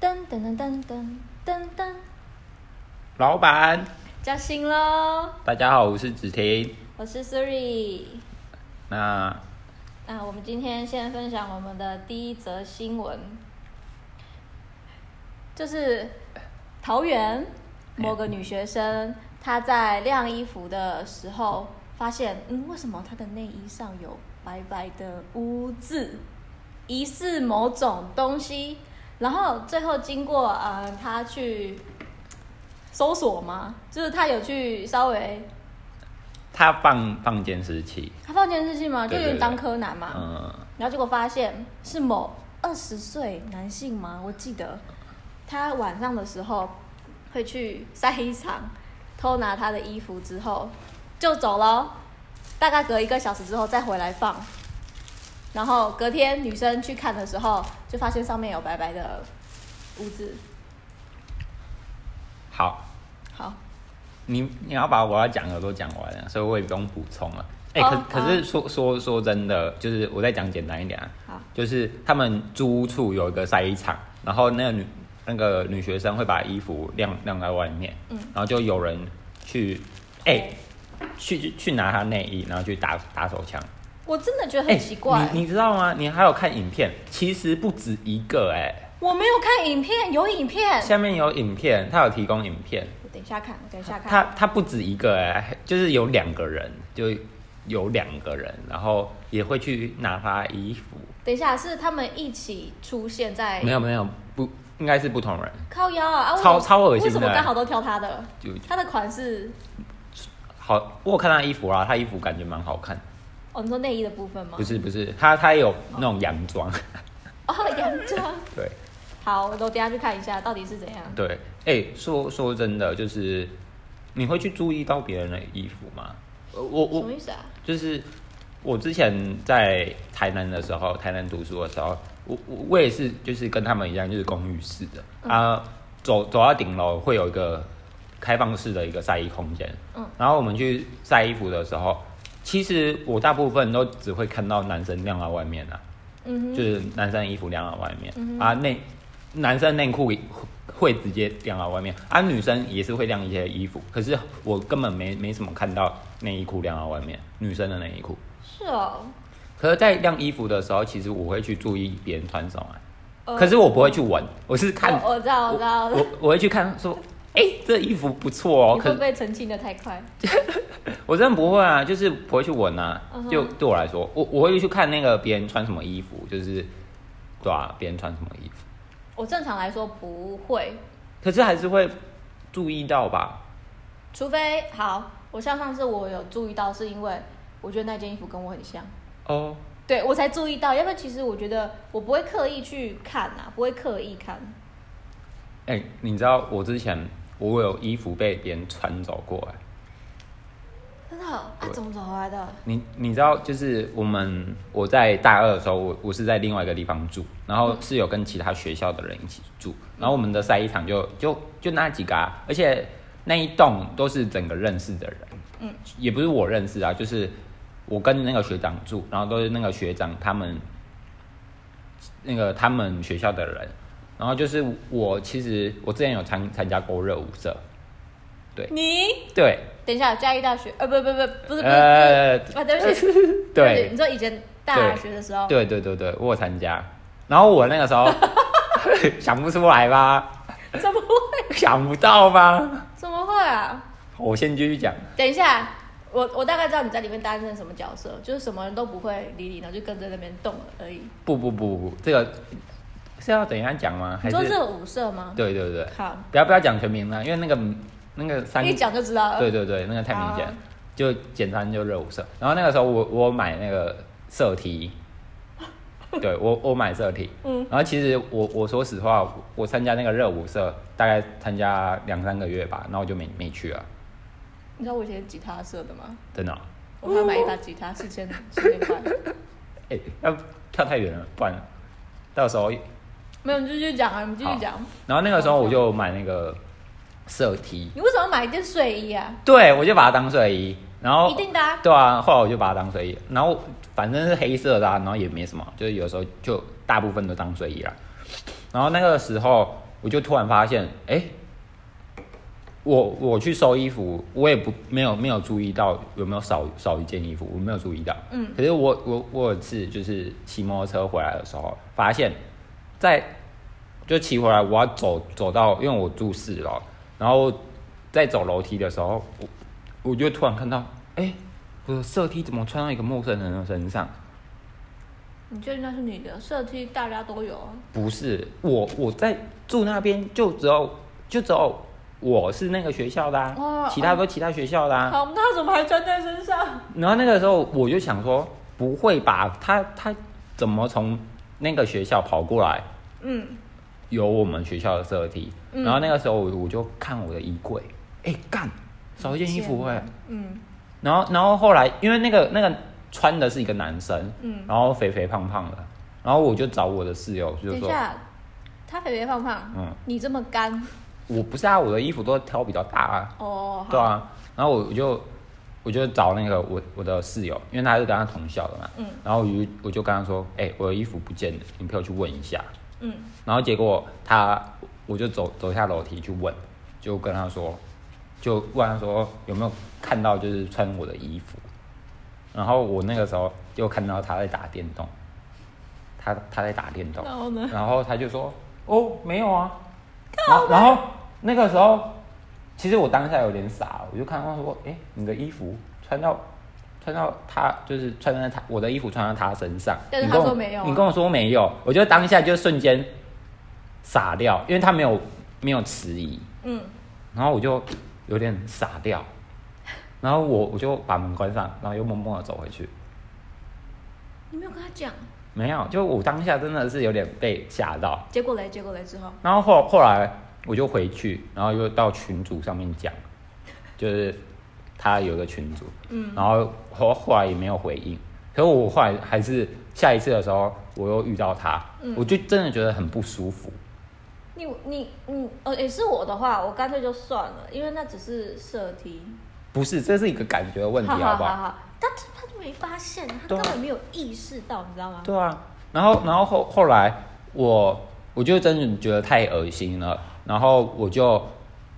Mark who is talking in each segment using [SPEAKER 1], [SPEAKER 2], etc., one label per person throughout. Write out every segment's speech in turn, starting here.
[SPEAKER 1] 噔噔噔噔噔噔噔，
[SPEAKER 2] 老板，
[SPEAKER 1] 叫醒喽！
[SPEAKER 2] 大家好，我是子婷。
[SPEAKER 1] 我是 Suri。
[SPEAKER 2] 那
[SPEAKER 1] 那我们今天先分享我们的第一则新闻，就是桃
[SPEAKER 2] 哎
[SPEAKER 1] 园某个女学生她在晾衣服的时候发现，嗯，为什么她的内衣上有白白的污渍？疑似某种东西，然后最后经过呃，她去搜索嘛，就是她有去稍微
[SPEAKER 2] 他放放监视器，
[SPEAKER 1] 他放监视器嘛，就
[SPEAKER 2] 对
[SPEAKER 1] 有
[SPEAKER 2] 对
[SPEAKER 1] 点
[SPEAKER 2] 对
[SPEAKER 1] 当柯南嘛。
[SPEAKER 2] 嗯，
[SPEAKER 1] 然后结果发现是某二十岁男性嘛，我记得他晚上的时候会去晒衣场偷拿他的衣服之后就走了，大概隔一个小时之后再回来放。然后隔天女生去看的时候，就发现上面有白白的污渍。
[SPEAKER 2] 好，
[SPEAKER 1] 好，
[SPEAKER 2] 你你要把我要讲的都讲完了，所以我也不用补充了。哎、
[SPEAKER 1] 哦
[SPEAKER 2] 可可是说说说真的，就是我再讲简单一点啊，
[SPEAKER 1] 好，
[SPEAKER 2] 就是他们租屋处有一个晒衣场，然后那个女那个女学生会把衣服晾晾在外面，
[SPEAKER 1] 嗯
[SPEAKER 2] 然后就有人去，哎、去去去拿她内衣，然后去打打手枪。
[SPEAKER 1] 我真的觉得
[SPEAKER 2] 哎，
[SPEAKER 1] 很奇怪，
[SPEAKER 2] 你你知道吗？你还有看影片，其实不止一个哎、
[SPEAKER 1] 我没有看影片，有影片，
[SPEAKER 2] 下面有影片，他有提供影片，
[SPEAKER 1] 我等一下看，我等一下看。
[SPEAKER 2] 他他不止一个哎、就是有两个人，就有两个人，然后也会去拿他衣服，
[SPEAKER 1] 等一下，是他们一起出现在
[SPEAKER 2] 没有没有不应该是不同人，
[SPEAKER 1] 靠腰啊，啊
[SPEAKER 2] 超
[SPEAKER 1] 为什么
[SPEAKER 2] 超恶心的
[SPEAKER 1] 为什么刚好都挑他的？
[SPEAKER 2] 就
[SPEAKER 1] 他的款式，
[SPEAKER 2] 好我有看他衣服啦，他衣服感觉蛮好看，
[SPEAKER 1] 哦，你说内衣的部分吗
[SPEAKER 2] 不？是不是，他他有那种洋装，
[SPEAKER 1] 哦，洋装。
[SPEAKER 2] 对
[SPEAKER 1] 好，我等一下去看一下到底是怎样。
[SPEAKER 2] 对，哎、说说真的，就是你会去注意到别人的衣服吗？呃我我
[SPEAKER 1] 什么意思啊？
[SPEAKER 2] 就是我之前在台南的时候，台南读书的时候，我我我也是就是跟他们一样，就是公寓式的、啊，走走到顶楼会有一个开放式的一个晒衣空间，
[SPEAKER 1] 嗯，
[SPEAKER 2] 然后我们去晒衣服的时候，其实我大部分都只会看到男生晾在外面啊，
[SPEAKER 1] 嗯
[SPEAKER 2] 就
[SPEAKER 1] 哼，
[SPEAKER 2] 是男生衣服晾在外面、
[SPEAKER 1] 嗯哼
[SPEAKER 2] 啊，内男生内裤也会直接晾在外面啊，女生也是会晾一些衣服，可是我根本没没什么看到内衣裤晾在外面，女生的内衣裤。
[SPEAKER 1] 是哦。
[SPEAKER 2] 可是，在晾衣服的时候，其实我会去注意别人穿什么、
[SPEAKER 1] 呃
[SPEAKER 2] 可是我不会去闻，我是看
[SPEAKER 1] 我我知道，我知道，我知
[SPEAKER 2] 我
[SPEAKER 1] 道
[SPEAKER 2] 我会去看说，哎、这衣服不错哦、
[SPEAKER 1] 哦你
[SPEAKER 2] 可
[SPEAKER 1] 会
[SPEAKER 2] 是
[SPEAKER 1] 不会澄清的太快？
[SPEAKER 2] 我真的不会啊，就是不会去闻啊。
[SPEAKER 1] 嗯哼
[SPEAKER 2] 就对我来说，我我会去看那个别人穿什么衣服，就是对啊，别人穿什么衣服。
[SPEAKER 1] 我正常来说不会，
[SPEAKER 2] 可是还是会注意到吧？
[SPEAKER 1] 除非好，我像上次我有注意到，是因为我觉得那件衣服跟我很像。
[SPEAKER 2] 哦，
[SPEAKER 1] 对我才注意到，要不然其实我觉得我不会刻意去看啊，不会刻意看。
[SPEAKER 2] 哎、你知道我之前我有衣服被别人穿走过哎、
[SPEAKER 1] 真的哦啊？
[SPEAKER 2] 对
[SPEAKER 1] 怎么走回来的？
[SPEAKER 2] 你你知道，就是我们我在大二的时候，我我是在另外一个地方住，然后是有跟其他学校的人一起住，然后我们的晒衣场就就就那几个、啊，而且那一栋都是整个认识的人，
[SPEAKER 1] 嗯，
[SPEAKER 2] 也不是我认识啊，就是我跟那个学长住，然后都是那个学长他们那个他们学校的人，然后就是我其实我之前有参参加过热舞社，
[SPEAKER 1] 你
[SPEAKER 2] 对，
[SPEAKER 1] 等一下，嘉义大学？呃，不不不，不是不是，啊，
[SPEAKER 2] 呃，
[SPEAKER 1] 对不起，
[SPEAKER 2] 对
[SPEAKER 1] 不起。你说以前大学的时候，
[SPEAKER 2] 对对对对，我有参加。然后我那个 时候想不出来吧，
[SPEAKER 1] 怎么会？
[SPEAKER 2] 想不到吧。
[SPEAKER 1] 怎么会啊？
[SPEAKER 2] 我先继续讲，
[SPEAKER 1] 等一下，我我大概知道你在里面担任什么角色，就是什么人都不会理你，然后就跟着那边动而已。
[SPEAKER 2] 不不不不，这个是要等一下讲吗？还
[SPEAKER 1] 你
[SPEAKER 2] 是
[SPEAKER 1] 说热舞社吗？
[SPEAKER 2] 对对对，
[SPEAKER 1] 好，
[SPEAKER 2] 不要不要讲全名了，因为那个那个三
[SPEAKER 1] 一讲就知道了。
[SPEAKER 2] 对对对，那个太明显了，就简单就热舞社。然后那个时候我我买那个社 T，对我我买社 T，
[SPEAKER 1] 嗯，
[SPEAKER 2] 然后其实我我说实话，我我参加那个热舞社大概参加两三个月吧，然后我就没没去了，
[SPEAKER 1] 你知道我以前是吉他社的吗？
[SPEAKER 2] 真的哦、
[SPEAKER 1] 我还买一把吉他，四千四千 块。
[SPEAKER 2] 哎、要跳太远了，不然到时候。
[SPEAKER 1] 没有，你继续讲啊，你继续讲。
[SPEAKER 2] 然后那个时候我就买那个社 T，
[SPEAKER 1] 你为什么买一件睡衣啊？
[SPEAKER 2] 对我就把它当睡衣，然后
[SPEAKER 1] 一定的啊。
[SPEAKER 2] 对啊，后来我就把它当睡衣，然后反正是黑色的、啊，然后也没什么，就是有时候就大部分都当睡衣啦。然后那个时候我就突然发现，哎、我我去收衣服，我也不没有没有注意到有没有少少一件衣服，我没有注意到。
[SPEAKER 1] 嗯，
[SPEAKER 2] 可是我我我有一次就是骑摩托车回来的时候，发现在就骑回来，我要走走到，因为我住四楼，然后在走楼梯的时候，我我就突然看到，哎、我的射梯怎么穿到一个陌生人的身上？
[SPEAKER 1] 你确定那是女的？社区大家都有啊。
[SPEAKER 2] 不是我，我在住那边就只有就只有我是那个学校的、啊，
[SPEAKER 1] 哦
[SPEAKER 2] 其他都其他学校的、啊。
[SPEAKER 1] 好，那怎么还穿在身上？
[SPEAKER 2] 然后那个时候我就想说，不会吧？他他怎么从那个学校跑过来？
[SPEAKER 1] 嗯，
[SPEAKER 2] 有我们学校的社体，
[SPEAKER 1] 嗯
[SPEAKER 2] 然后那个时候我我就看我的衣柜，哎、干，少一件衣服哎、
[SPEAKER 1] 嗯
[SPEAKER 2] 然后然后后来因为那个那个穿的是一个男生，
[SPEAKER 1] 嗯。
[SPEAKER 2] 然后肥肥胖胖的，然后我就找我的室友就
[SPEAKER 1] 等一
[SPEAKER 2] 说，
[SPEAKER 1] 下，他肥肥胖胖，
[SPEAKER 2] 嗯，
[SPEAKER 1] 你这么干
[SPEAKER 2] 我不是啊，我的衣服都挑比较大啊，
[SPEAKER 1] 哦。好
[SPEAKER 2] 对，啊，然后我就我就找那个我我的室友，因为他是跟他同校的嘛，
[SPEAKER 1] 嗯，
[SPEAKER 2] 然后我就我就跟他说，哎、我的衣服不见了，你陪我去问一下。
[SPEAKER 1] 嗯
[SPEAKER 2] 然后结果他，我就走走下楼梯去问，就跟他说，就问他说有没有看到就是穿我的衣服，然后我那个时候就看到他在打电动，他他在打电动，
[SPEAKER 1] 然后呢？
[SPEAKER 2] 然后他就说哦没有啊，然后然后那个时候其实我当下有点傻，我就看到说哎你的衣服穿到。穿到他就是穿在他我的衣服穿到他身上，
[SPEAKER 1] 但是
[SPEAKER 2] 你
[SPEAKER 1] 他
[SPEAKER 2] 跟我
[SPEAKER 1] 说没有啊
[SPEAKER 2] 你跟我说没有，我就当下就瞬间傻掉，因为他没有没有迟疑，
[SPEAKER 1] 嗯，
[SPEAKER 2] 然后我就有点傻掉，然后我我就把门关上，然后又默默的走回去。
[SPEAKER 1] 你没有跟他讲，
[SPEAKER 2] 没有，就我当下真的是有点被吓到，
[SPEAKER 1] 结果嘞，结果嘞之后，
[SPEAKER 2] 然后后后来我就回去，然后又到群组上面讲，就是他有一个群组，
[SPEAKER 1] 嗯，
[SPEAKER 2] 然后后后来也没有回应，可是我后来还是下一次的时候我又遇到他，
[SPEAKER 1] 嗯
[SPEAKER 2] 我就真的觉得很不舒服，
[SPEAKER 1] 你你你，呃，也是我的话，我干脆就算了，因为那只是射题，
[SPEAKER 2] 不是，这是一个感觉的问题，好不
[SPEAKER 1] 好
[SPEAKER 2] 好？
[SPEAKER 1] 好，但是他没发现，他
[SPEAKER 2] 对
[SPEAKER 1] 根
[SPEAKER 2] 啊
[SPEAKER 1] 本没有意识到，你知道吗？
[SPEAKER 2] 对啊，然后然后后后来我我就真的觉得太恶心了，然后我就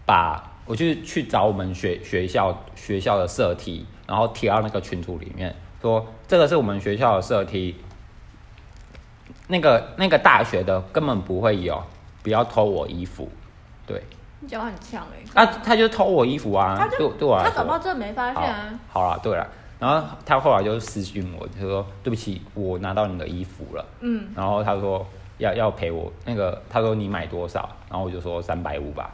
[SPEAKER 2] 把我就去找我们学学校学校的社题，然后贴到那个群组里面，说这个是我们学校的社题，那个那个大学的根本不会有，不要偷我衣服，对，
[SPEAKER 1] 你讲话很呛哎、
[SPEAKER 2] 啊，他就偷我衣服啊
[SPEAKER 1] 他，就
[SPEAKER 2] 对我对我来
[SPEAKER 1] 他
[SPEAKER 2] 说，
[SPEAKER 1] 搞不好真的没发现
[SPEAKER 2] 好
[SPEAKER 1] 啊。
[SPEAKER 2] 好了，对了，然后他后来就私讯我，就说对不起，我拿到你的衣服了。
[SPEAKER 1] 嗯，
[SPEAKER 2] 然后他说要要赔我那个，他说你买多少，然后我就说三百五吧，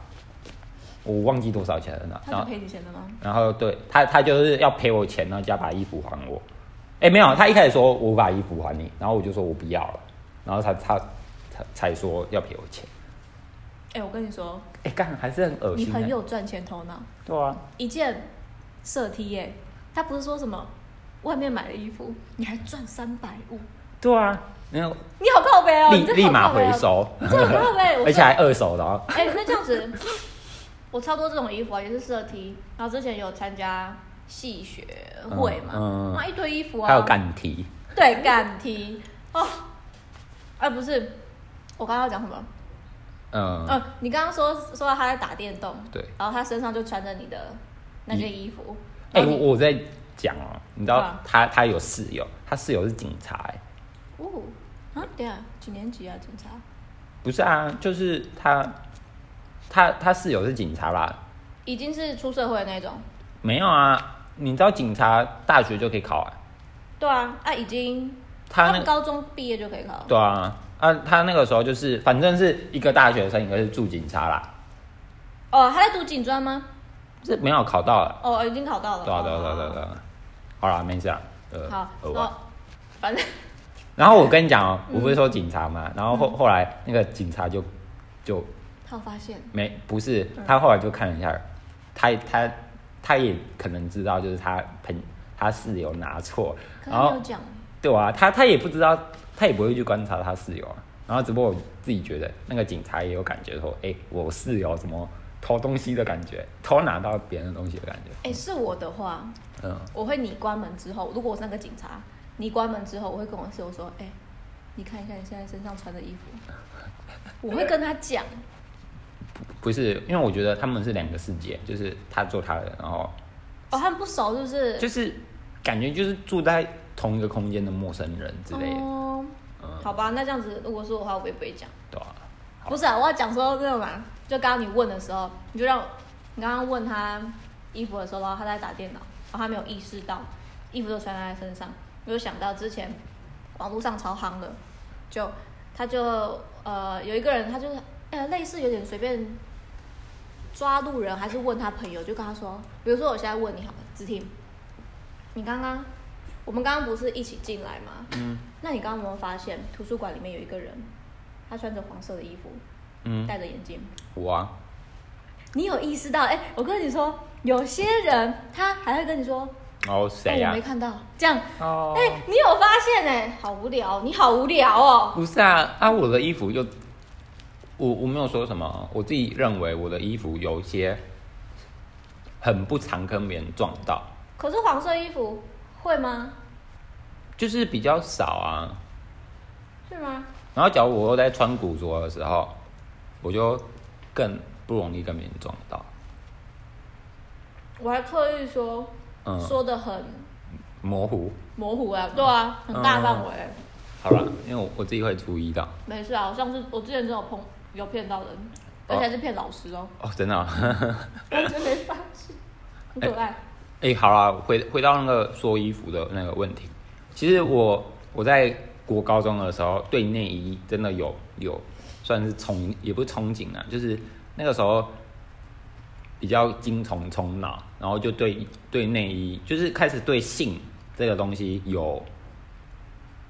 [SPEAKER 2] 我忘记多少钱了。
[SPEAKER 1] 他
[SPEAKER 2] 然
[SPEAKER 1] 是
[SPEAKER 2] 后
[SPEAKER 1] 赔你钱的吗？
[SPEAKER 2] 然后对他他就是要赔我钱，然后加把衣服还我。哎，没有，他一开始说我把衣服还你，然后我就说我不要了，然后他他他才说要赔我钱。
[SPEAKER 1] 哎、我跟你说，
[SPEAKER 2] 哎，干还是很恶
[SPEAKER 1] 你
[SPEAKER 2] 心、欸。
[SPEAKER 1] 很有赚钱头脑。
[SPEAKER 2] 对啊，
[SPEAKER 1] 一件色 T 耶、他不是说什么外面买的衣服，你还赚三百五，
[SPEAKER 2] 对啊，然后
[SPEAKER 1] 你好靠背哦，
[SPEAKER 2] 立
[SPEAKER 1] 你真的
[SPEAKER 2] 立
[SPEAKER 1] 好
[SPEAKER 2] 马
[SPEAKER 1] 靠背
[SPEAKER 2] 回
[SPEAKER 1] 哦，
[SPEAKER 2] 收，
[SPEAKER 1] 你真的很靠背，我
[SPEAKER 2] 而且还二手的哦。
[SPEAKER 1] 哎、那这样子，我超多这种衣服啊，也是色 T，然后之前有参加戏学会嘛，
[SPEAKER 2] 嗯嗯
[SPEAKER 1] 那、一堆衣服啊，
[SPEAKER 2] 还有干题，
[SPEAKER 1] 对干 T 哦，哎、不是，我刚刚要讲什么？
[SPEAKER 2] 嗯，
[SPEAKER 1] 嗯，你刚刚说说他在打电动，
[SPEAKER 2] 对。
[SPEAKER 1] 然后他身上就穿着你的那件衣服，
[SPEAKER 2] 哎、
[SPEAKER 1] 然后
[SPEAKER 2] 我
[SPEAKER 1] 你
[SPEAKER 2] 我在讲哦、你知道
[SPEAKER 1] 啊
[SPEAKER 2] 他他有室友，他室友是警察、哎，
[SPEAKER 1] 哦，啊，对啊，几年级啊，警察？
[SPEAKER 2] 不是啊，就是他他他室友是警察啦，
[SPEAKER 1] 已经是出社会的那种。
[SPEAKER 2] 没有啊，你知道警察大学就可以考啊，
[SPEAKER 1] 对啊，啊，已经
[SPEAKER 2] 他那
[SPEAKER 1] 们高中毕业就可以考。
[SPEAKER 2] 对啊啊，他那个时候就是反正是一个大学生，一个是住警察啦，
[SPEAKER 1] 哦，他在读警专吗？
[SPEAKER 2] 这没有考到了，
[SPEAKER 1] 哦，已经考到了。
[SPEAKER 2] 对啊对啊对啊对啊对啊，好啦，没事啊，呃，
[SPEAKER 1] 好，嗯
[SPEAKER 2] 额外
[SPEAKER 1] 哦，反正
[SPEAKER 2] 然后我跟你讲哦、我不是说警察嘛，然后后
[SPEAKER 1] 嗯
[SPEAKER 2] 后来那个警察就就
[SPEAKER 1] 他有发现，
[SPEAKER 2] 没不是，
[SPEAKER 1] 嗯
[SPEAKER 2] 他后来就看了一下，他他他也可能知道，就是他朋他室友拿错，
[SPEAKER 1] 可是
[SPEAKER 2] 然
[SPEAKER 1] 他没
[SPEAKER 2] 后
[SPEAKER 1] 有讲。
[SPEAKER 2] 对啊，他他也不知道，他也不会去观察他室友啊。然后只不过我自己觉得，那个警察也有感觉说，哎、我室友怎么偷东西的感觉，偷拿到别人的东西的感觉。
[SPEAKER 1] 哎，是我的话，
[SPEAKER 2] 嗯，
[SPEAKER 1] 我会你关门之后，如果我是那个警察，你关门之后，我会跟我室友 说，哎，你看一下你现在身上穿的衣服，我会跟他讲，
[SPEAKER 2] 不是，因为我觉得他们是两个世界，就是他做他的，然后
[SPEAKER 1] 哦，他们不熟是不是？
[SPEAKER 2] 就是感觉就是住在同一个空间的陌生人之类的，嗯
[SPEAKER 1] 哦，好吧，那这样子，如果是我的话，我也不会讲。
[SPEAKER 2] 对啊？好
[SPEAKER 1] 不是、啊，我要讲说那种嘛，就刚刚你问的时候，你就让你刚刚问他衣服的时候，然后他在打电脑，然后他没有意识到衣服都穿在他身上，我就想到之前网络上超夯的，就他就呃有一个人，他就是呃类似有点随便抓路人，还是问他朋友，就跟他说，比如说我现在问你好了，子婷，你刚刚我们刚刚不是一起进来吗？
[SPEAKER 2] 嗯
[SPEAKER 1] 那你刚刚有没有发现图书馆里面有一个人，他穿着黄色的衣服，
[SPEAKER 2] 嗯，
[SPEAKER 1] 戴着眼镜。
[SPEAKER 2] 我啊，
[SPEAKER 1] 你有意识到？哎、我跟你说，有些人他还会跟你说，
[SPEAKER 2] 然后
[SPEAKER 1] 哎、
[SPEAKER 2] 哦谁
[SPEAKER 1] 我
[SPEAKER 2] 呀
[SPEAKER 1] 没？看到，这样。
[SPEAKER 2] 哦
[SPEAKER 1] 哎、你有发现哎、好无聊，你好无聊哦。
[SPEAKER 2] 不是啊，啊，我的衣服又，我我没有说什么，我自己认为我的衣服有些很不常跟别人撞到，
[SPEAKER 1] 可是黄色衣服会吗？
[SPEAKER 2] 就是比较少啊。
[SPEAKER 1] 是吗？
[SPEAKER 2] 然后，假如我又在穿古着的时候，我就更不容易跟别人撞到。
[SPEAKER 1] 我还刻意说，
[SPEAKER 2] 嗯，
[SPEAKER 1] 说的很
[SPEAKER 2] 模糊。
[SPEAKER 1] 模糊啊，对啊，很大范围、
[SPEAKER 2] 嗯好了，因为我我自己会注意到。
[SPEAKER 1] 没事啊，我上次我之前真的有碰有骗到人，而且还是骗老师 哦，
[SPEAKER 2] 哦，真的、啊。
[SPEAKER 1] 我真没发现，很可爱。
[SPEAKER 2] 哎、好啦，回回到那个说衣服的那个问题，其实我我在国高中的时候对内衣真的有有算是憧，也不是憧憬啊，就是那个时候比较精虫充脑，然后就对对内衣就是开始对性这个东西有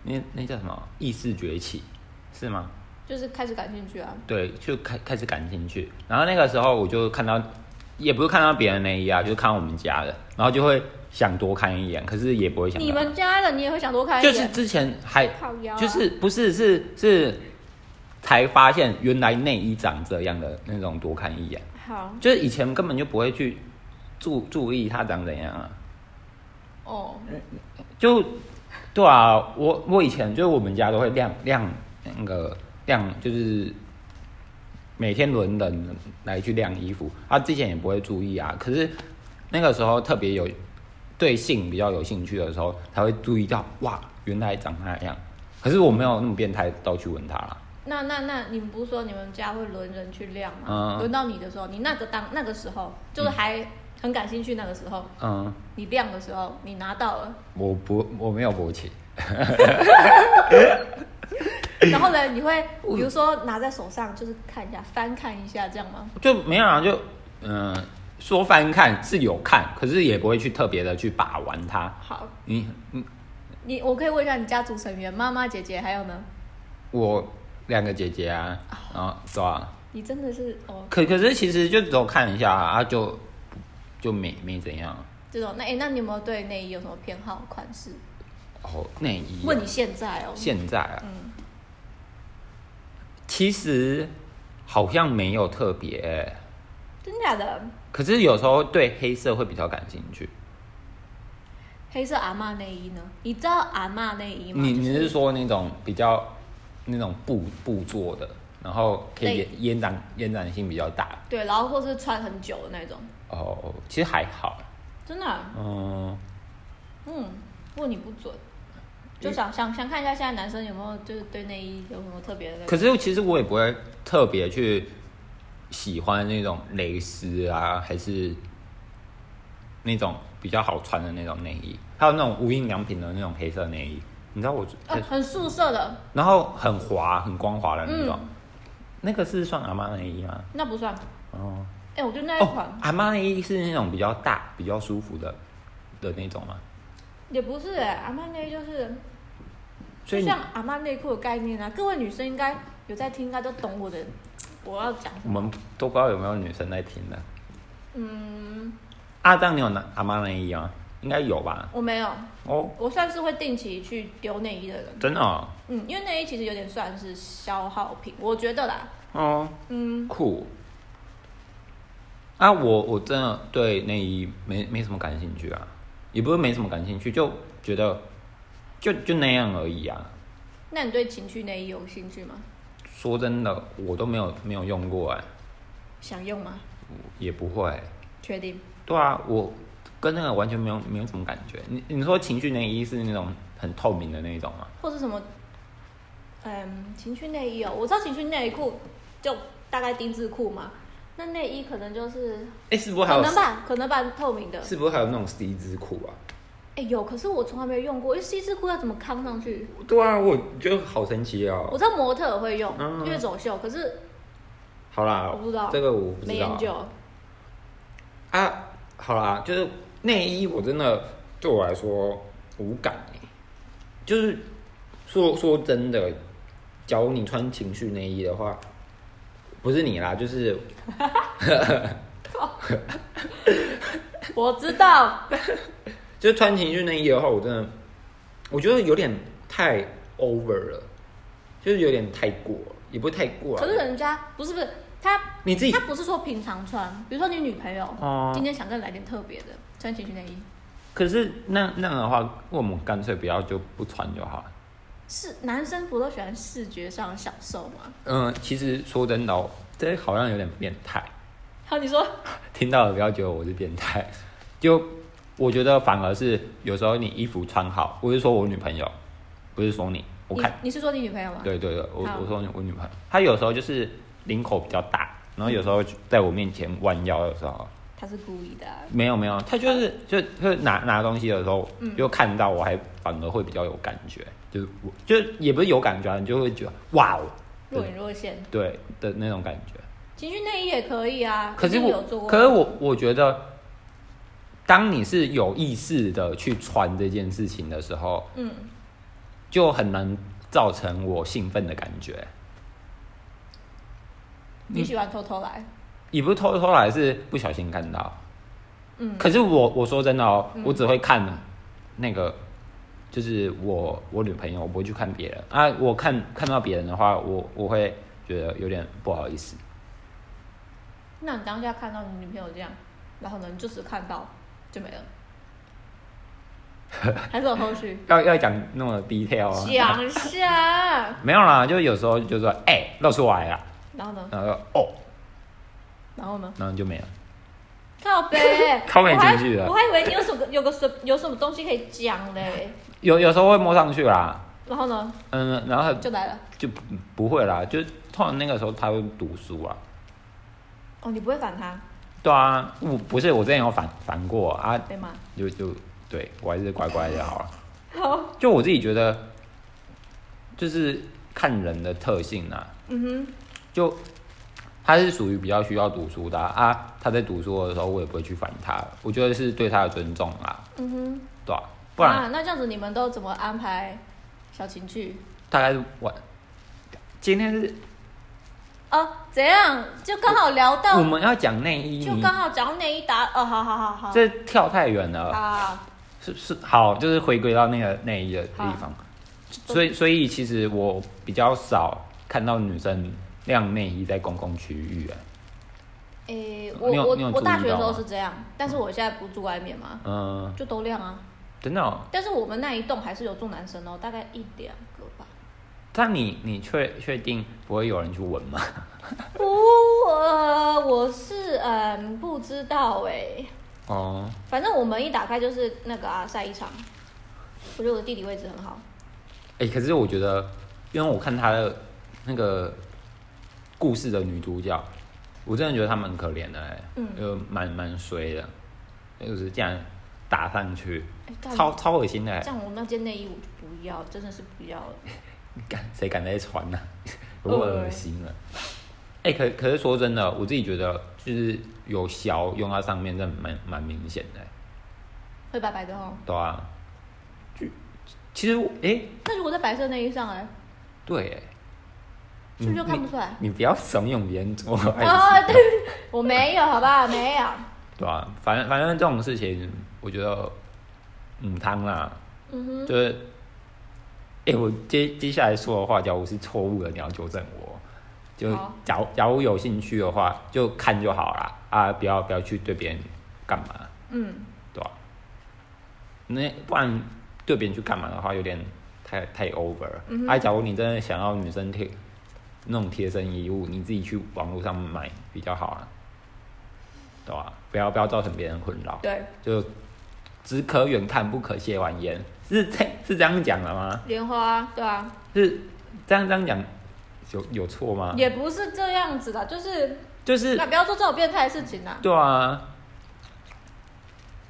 [SPEAKER 2] 那那叫什么意识崛起是吗？
[SPEAKER 1] 就是开始感兴趣啊。
[SPEAKER 2] 对，就开开始感兴趣。然后那个时候我就看到，也不是看到别人内衣啊，就是看到我们家的，然后就会想多看一眼，可是也不会想到。
[SPEAKER 1] 你们家人你也会想多看一
[SPEAKER 2] 就
[SPEAKER 1] 眼，
[SPEAKER 2] 是之前还
[SPEAKER 1] 靠腰啊
[SPEAKER 2] 就是不是是是才发现原来内衣长这样的那种多看一眼，
[SPEAKER 1] 好
[SPEAKER 2] 就是以前根本就不会去注注意它长怎样啊。
[SPEAKER 1] 哦，
[SPEAKER 2] 就对啊，我我以前就是我们家都会晾晾那个晾，就是每天轮人来去晾衣服，啊，之前也不会注意啊。可是那个时候特别有对性比较有兴趣的时候，才会注意到哇，原来长那样。可是我没有那么变态到去闻它啦。
[SPEAKER 1] 那那那你们不是说你们家会轮人去晾吗？
[SPEAKER 2] 嗯
[SPEAKER 1] 轮、到你的时候，你那个当那个时候就是还很感兴趣那个时候，
[SPEAKER 2] 嗯，
[SPEAKER 1] 你晾的时候你拿到了，
[SPEAKER 2] 我不我没有勃起，
[SPEAKER 1] 然后 呢，你会
[SPEAKER 2] 嗯
[SPEAKER 1] 比如说拿在手上就是看一下，翻看一下这样吗？
[SPEAKER 2] 就没有啊，就嗯、说翻看是有看，可是也不会去特别的去把玩它。
[SPEAKER 1] 好，
[SPEAKER 2] 你你
[SPEAKER 1] 你我可以问一下你家族成员，妈妈、姐姐还有呢？
[SPEAKER 2] 我两个姐姐啊，
[SPEAKER 1] 哦
[SPEAKER 2] 然后对啊，
[SPEAKER 1] 你真的是哦，
[SPEAKER 2] 可可是其实就只有看一下啊，啊就就没没怎样。
[SPEAKER 1] 这种那哎、那你有没有对内衣有什么偏好款式？
[SPEAKER 2] 哦，内衣啊、
[SPEAKER 1] 问你现在哦，
[SPEAKER 2] 现在啊，
[SPEAKER 1] 嗯
[SPEAKER 2] 其实好像没有特别欸、
[SPEAKER 1] 真假的？
[SPEAKER 2] 可是有时候对黑色会比较感兴趣。
[SPEAKER 1] 黑色阿嬷内衣呢？你知道阿嬷内衣吗？
[SPEAKER 2] 你
[SPEAKER 1] 就
[SPEAKER 2] 你是说那种比较那种布布做的，然后可以
[SPEAKER 1] 类
[SPEAKER 2] 延延展延展性比较大？
[SPEAKER 1] 对，然后或是穿很久的那种，
[SPEAKER 2] 哦，其实还好，
[SPEAKER 1] 真的啊、
[SPEAKER 2] 嗯，
[SPEAKER 1] 嗯，问你不准，就想想想看一下现在男生有没有就是对内衣有什么特别的那种，
[SPEAKER 2] 可是其实我也不会特别去喜欢那种蕾丝啊，还是那种比较好穿的那种内衣，还有那种无印良品的那种黑色内衣，你知道我，
[SPEAKER 1] 呃，很素色的，
[SPEAKER 2] 然后很滑、很光滑的那种，
[SPEAKER 1] 嗯
[SPEAKER 2] 那个是算阿妈内衣吗？
[SPEAKER 1] 那不算。
[SPEAKER 2] 哦，
[SPEAKER 1] 哎、我觉得那一款、
[SPEAKER 2] 哦，阿妈内衣是那种比较大、比较舒服的的那种吗？
[SPEAKER 1] 也不是哎、阿嬷内衣就是，就
[SPEAKER 2] 所以你
[SPEAKER 1] 像阿嬷内裤的概念啊，各位女生应该有在听，应该都懂我的我要讲什
[SPEAKER 2] 我
[SPEAKER 1] 么。
[SPEAKER 2] 们都不知道有没有女生在听的。
[SPEAKER 1] 嗯，
[SPEAKER 2] 阿、啊、张，你有拿阿妈内衣吗？应该有吧？
[SPEAKER 1] 我没有，
[SPEAKER 2] 哦，
[SPEAKER 1] 我算是会定期去丢内衣的人，
[SPEAKER 2] 真的哦，
[SPEAKER 1] 嗯，因为内衣其实有点算是消耗品，我觉得啦，
[SPEAKER 2] 哦
[SPEAKER 1] 嗯，
[SPEAKER 2] 酷。啊，我我真的对内衣没没什么感兴趣啊，也不是没什么感兴趣，就觉得就就那样而已啊。
[SPEAKER 1] 那你对情趣内衣有兴趣吗？
[SPEAKER 2] 说真的，我都没有没有用过哎、
[SPEAKER 1] 想用吗？
[SPEAKER 2] 也不会。
[SPEAKER 1] 确定？
[SPEAKER 2] 对啊，我跟那个完全没有没有什么感觉。你你说情趣内衣是那种很透明的那一种吗？
[SPEAKER 1] 或是什么？嗯，情趣内衣哦，我知道情趣内裤就大概丁字裤嘛，那内衣可能就是
[SPEAKER 2] 哎、是不是还
[SPEAKER 1] 可
[SPEAKER 2] 有？
[SPEAKER 1] 能吧，可能吧，透明的。
[SPEAKER 2] 是不是还有那种 C 字裤啊？
[SPEAKER 1] 哎、有，可是我从来没有用过，因为 C 字裤要怎么扛上去？
[SPEAKER 2] 对啊，我觉得好神奇
[SPEAKER 1] 我
[SPEAKER 2] 哦。
[SPEAKER 1] 知道模特儿会用，
[SPEAKER 2] 嗯
[SPEAKER 1] 因为走秀，可是
[SPEAKER 2] 好啦，
[SPEAKER 1] 我不知道
[SPEAKER 2] 这个我不
[SPEAKER 1] 没
[SPEAKER 2] 知
[SPEAKER 1] 研
[SPEAKER 2] 道
[SPEAKER 1] 究。
[SPEAKER 2] 啊。好啦，就是内衣，我真的对我来说无感欸就是说说真的，假如你穿情趣内衣的话，不是你啦，就是
[SPEAKER 1] 我知 道，
[SPEAKER 2] 就是穿情趣内衣的话，我真的我觉得有点太 over 了，就是有点太过了，也不是太过了。啊
[SPEAKER 1] 可是人家不是不是他，
[SPEAKER 2] 你自己
[SPEAKER 1] 他不是说平常穿，比如说你女朋友、
[SPEAKER 2] 哦
[SPEAKER 1] 今天想跟你来点特别的，穿情趣内衣
[SPEAKER 2] 可是那那样的话，我们干脆不要就不穿就好了。
[SPEAKER 1] 是男生不都喜欢视觉上的享受吗？
[SPEAKER 2] 嗯，其实说真的、哦，这好像有点变态。
[SPEAKER 1] 好，你说
[SPEAKER 2] 听到了不要觉得我是变态， 就我觉得反而是有时候你衣服穿好，我是说我女朋友，不是说你，我
[SPEAKER 1] 你
[SPEAKER 2] 看，
[SPEAKER 1] 你是说你女朋友吗？
[SPEAKER 2] 对对对，我
[SPEAKER 1] 啊好
[SPEAKER 2] 我说我女朋友，她有时候就是领口比较大，然后有时候在我面前弯腰的时候，
[SPEAKER 1] 他是故意的啊、
[SPEAKER 2] 没有没有，她就是就就拿拿东西的时候，就看到我还反而会比较有感觉，就是我就是也不是有感觉啊，你就会觉得哇哦，
[SPEAKER 1] 若隐若现。
[SPEAKER 2] 对的那种感觉。
[SPEAKER 1] 情趣内衣也可以啊，
[SPEAKER 2] 可是
[SPEAKER 1] 一定有做
[SPEAKER 2] 我，
[SPEAKER 1] 过，
[SPEAKER 2] 可是我，我觉得，当你是有意识的去穿这件事情的时候，
[SPEAKER 1] 嗯，
[SPEAKER 2] 就很难造成我兴奋的感觉。
[SPEAKER 1] 你喜欢偷偷来，
[SPEAKER 2] 也不是偷偷来，是不小心看到。
[SPEAKER 1] 嗯
[SPEAKER 2] 可是我，我说真的哦，我只会看那个，就是我我女朋友，我不会去看别人啊。我看看到别人的话，我我会觉得有点不好意思。
[SPEAKER 1] 那你当下看到你女朋友这样，然后呢，你就只看到就 没了，还是有后续？
[SPEAKER 2] 要要讲那么 detail 啊？
[SPEAKER 1] 想一下，
[SPEAKER 2] 没有啦，就有时候就说，哎、露出来了，
[SPEAKER 1] 然后呢？
[SPEAKER 2] 然后就哦，
[SPEAKER 1] 然后呢？
[SPEAKER 2] 然后就没了。
[SPEAKER 1] 靠背
[SPEAKER 2] ，靠北情绪啊
[SPEAKER 1] 我还我还以为你有什么有个什有什么东西可以讲嘞，
[SPEAKER 2] 有有时候会摸上去啦，
[SPEAKER 1] 然后呢
[SPEAKER 2] 嗯，然后
[SPEAKER 1] 就来了。
[SPEAKER 2] 就不不会啦，就通常那个时候他会读书啊。
[SPEAKER 1] 哦，你不会反他，
[SPEAKER 2] 对啊，我不是我之前有反反过啊，
[SPEAKER 1] 对吗？
[SPEAKER 2] 就就对我还是乖乖的好了。
[SPEAKER 1] 好，
[SPEAKER 2] 就我自己觉得，就是看人的特性啊，
[SPEAKER 1] 嗯
[SPEAKER 2] 就他是属于比较需要读书的啊啊他在读书的时候我也不会去烦他，我觉得是对他的尊重啦，
[SPEAKER 1] 哼，嗯哼，
[SPEAKER 2] 对啊？不然
[SPEAKER 1] 啊，那这样子你们都怎么安排小情趣？
[SPEAKER 2] 大概是晚，今天是
[SPEAKER 1] 哦，怎样？就刚好聊到
[SPEAKER 2] 我，们要讲内衣，
[SPEAKER 1] 就
[SPEAKER 2] 你
[SPEAKER 1] 刚好讲到内衣打，哦，好好好好，
[SPEAKER 2] 这跳太远了。
[SPEAKER 1] 啊，
[SPEAKER 2] 是是好，就是回归到那个内衣的地方。所以所以其实我比较少看到女生晾内衣在公共区域、啊。
[SPEAKER 1] 诶，
[SPEAKER 2] 你
[SPEAKER 1] 我
[SPEAKER 2] 有你有
[SPEAKER 1] 我我
[SPEAKER 2] 注
[SPEAKER 1] 大
[SPEAKER 2] 意
[SPEAKER 1] 学的时
[SPEAKER 2] 到
[SPEAKER 1] 候
[SPEAKER 2] 吗
[SPEAKER 1] 是这样，但是我现在不住外面嘛，
[SPEAKER 2] 嗯，
[SPEAKER 1] 就都亮啊。
[SPEAKER 2] 真的、哦。
[SPEAKER 1] 但是我们那一栋还是有住男生哦，大概一两个吧。
[SPEAKER 2] 但你你确确定不会有人去闻吗？
[SPEAKER 1] 不，呃，我是嗯不知道哎、
[SPEAKER 2] 哦，
[SPEAKER 1] 反正我门一打开就是那个啊晒衣场。我觉得我的地理位置很好，
[SPEAKER 2] 哎、可是我觉得，因为我看他的那个故事的女主角，我真的觉得她蛮可怜的、哎，
[SPEAKER 1] 嗯
[SPEAKER 2] 就蛮蛮衰的，就是这样打上去，
[SPEAKER 1] 哎、干
[SPEAKER 2] 超超恶心的、哎
[SPEAKER 1] 这样我那件内衣我就不要，真的是不要了。
[SPEAKER 2] 敢谁敢再 穿呢、有够恶心了。哎、可可是说真的，我自己觉得就是有小用到上面，真的蛮蛮明显的、欸
[SPEAKER 1] 会白白的哦。
[SPEAKER 2] 对啊。就其实我哎、
[SPEAKER 1] 那如果在白色内衣上哎、
[SPEAKER 2] 对哎，
[SPEAKER 1] 是不是就看不出来？
[SPEAKER 2] 嗯你不哎要怂恿别人做 爱
[SPEAKER 1] 啊、
[SPEAKER 2] 情，
[SPEAKER 1] 对，我没有，好吧，没有。
[SPEAKER 2] 对啊，反正反正这种事情，我觉得母汤啦，
[SPEAKER 1] 嗯哼。
[SPEAKER 2] 就是。哎、我接接下来说的话，假如是错误的，你要纠正我。就
[SPEAKER 1] 好
[SPEAKER 2] 假如假如有兴趣的话，就看就好啦，啊，不要不要去对别人干嘛，
[SPEAKER 1] 嗯，
[SPEAKER 2] 对吧、那不然对
[SPEAKER 1] 嗯
[SPEAKER 2] 别人去干嘛的话，有点太太 over 了。啊，假如你真的想要女生听那种贴身衣物，你自己去网络上买比较好啊，对吧、不要不要造成别人困扰，
[SPEAKER 1] 对，
[SPEAKER 2] 就只可远看不可亵玩焉，是这是这样讲的吗？
[SPEAKER 1] 莲花，对啊，
[SPEAKER 2] 是这样这样讲有有错吗？
[SPEAKER 1] 也不是这样子的，就是
[SPEAKER 2] 就是
[SPEAKER 1] 那不要做这种变态的事情啊！
[SPEAKER 2] 对啊，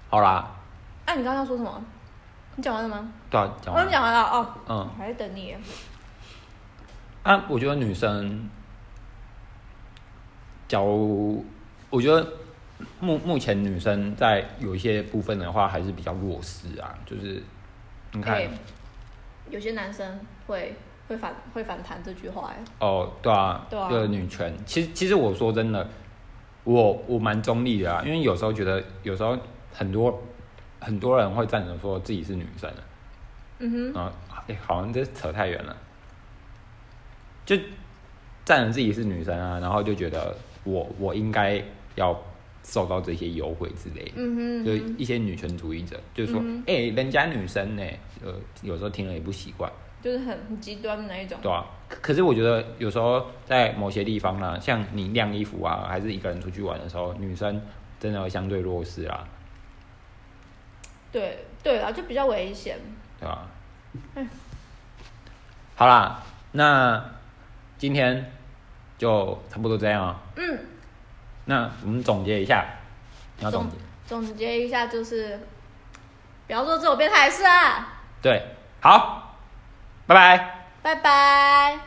[SPEAKER 2] 好啦，
[SPEAKER 1] 哎、你刚刚要说什么？你讲完了吗？
[SPEAKER 2] 对啊，讲
[SPEAKER 1] 我已
[SPEAKER 2] 完
[SPEAKER 1] 经讲
[SPEAKER 2] 了，
[SPEAKER 1] 完了哦，
[SPEAKER 2] 嗯
[SPEAKER 1] 我还在等你耶。
[SPEAKER 2] 啊，我觉得女生，假如我觉得目目前女生在有一些部分的话还是比较弱势啊，就是你看、
[SPEAKER 1] 哎有些男生会会反会反弹这句话哎，
[SPEAKER 2] 哦，对啊，
[SPEAKER 1] 对啊
[SPEAKER 2] 就是女权，其实其实我说真的，我我蛮中立的啊，因为有时候觉得有时候很多很多人会赞成说自己是女生的。
[SPEAKER 1] 嗯哼，
[SPEAKER 2] 啊，哎、好像这扯太远了。就站着自己是女生啊，然后就觉得我我应该要受到这些优惠之类的，
[SPEAKER 1] 嗯哼，嗯
[SPEAKER 2] 就一些女权主义者就是说，哎、人家女生呢、呃，有时候听了也不习惯，
[SPEAKER 1] 就是很很极端的那一种。
[SPEAKER 2] 对啊。可可是我觉得有时候在某些地方呢、像你晾衣服啊，还是一个人出去玩的时候，女生真的相对弱势啊，
[SPEAKER 1] 对对啊，就比较危险。
[SPEAKER 2] 对吧？
[SPEAKER 1] 嗯
[SPEAKER 2] 好啦，那今天就差不多这样啊、
[SPEAKER 1] 嗯，
[SPEAKER 2] 那我们总结一下，你要总结
[SPEAKER 1] 总结一下就是，不要做这种变态的事啊！
[SPEAKER 2] 对，好，拜拜。
[SPEAKER 1] 拜拜。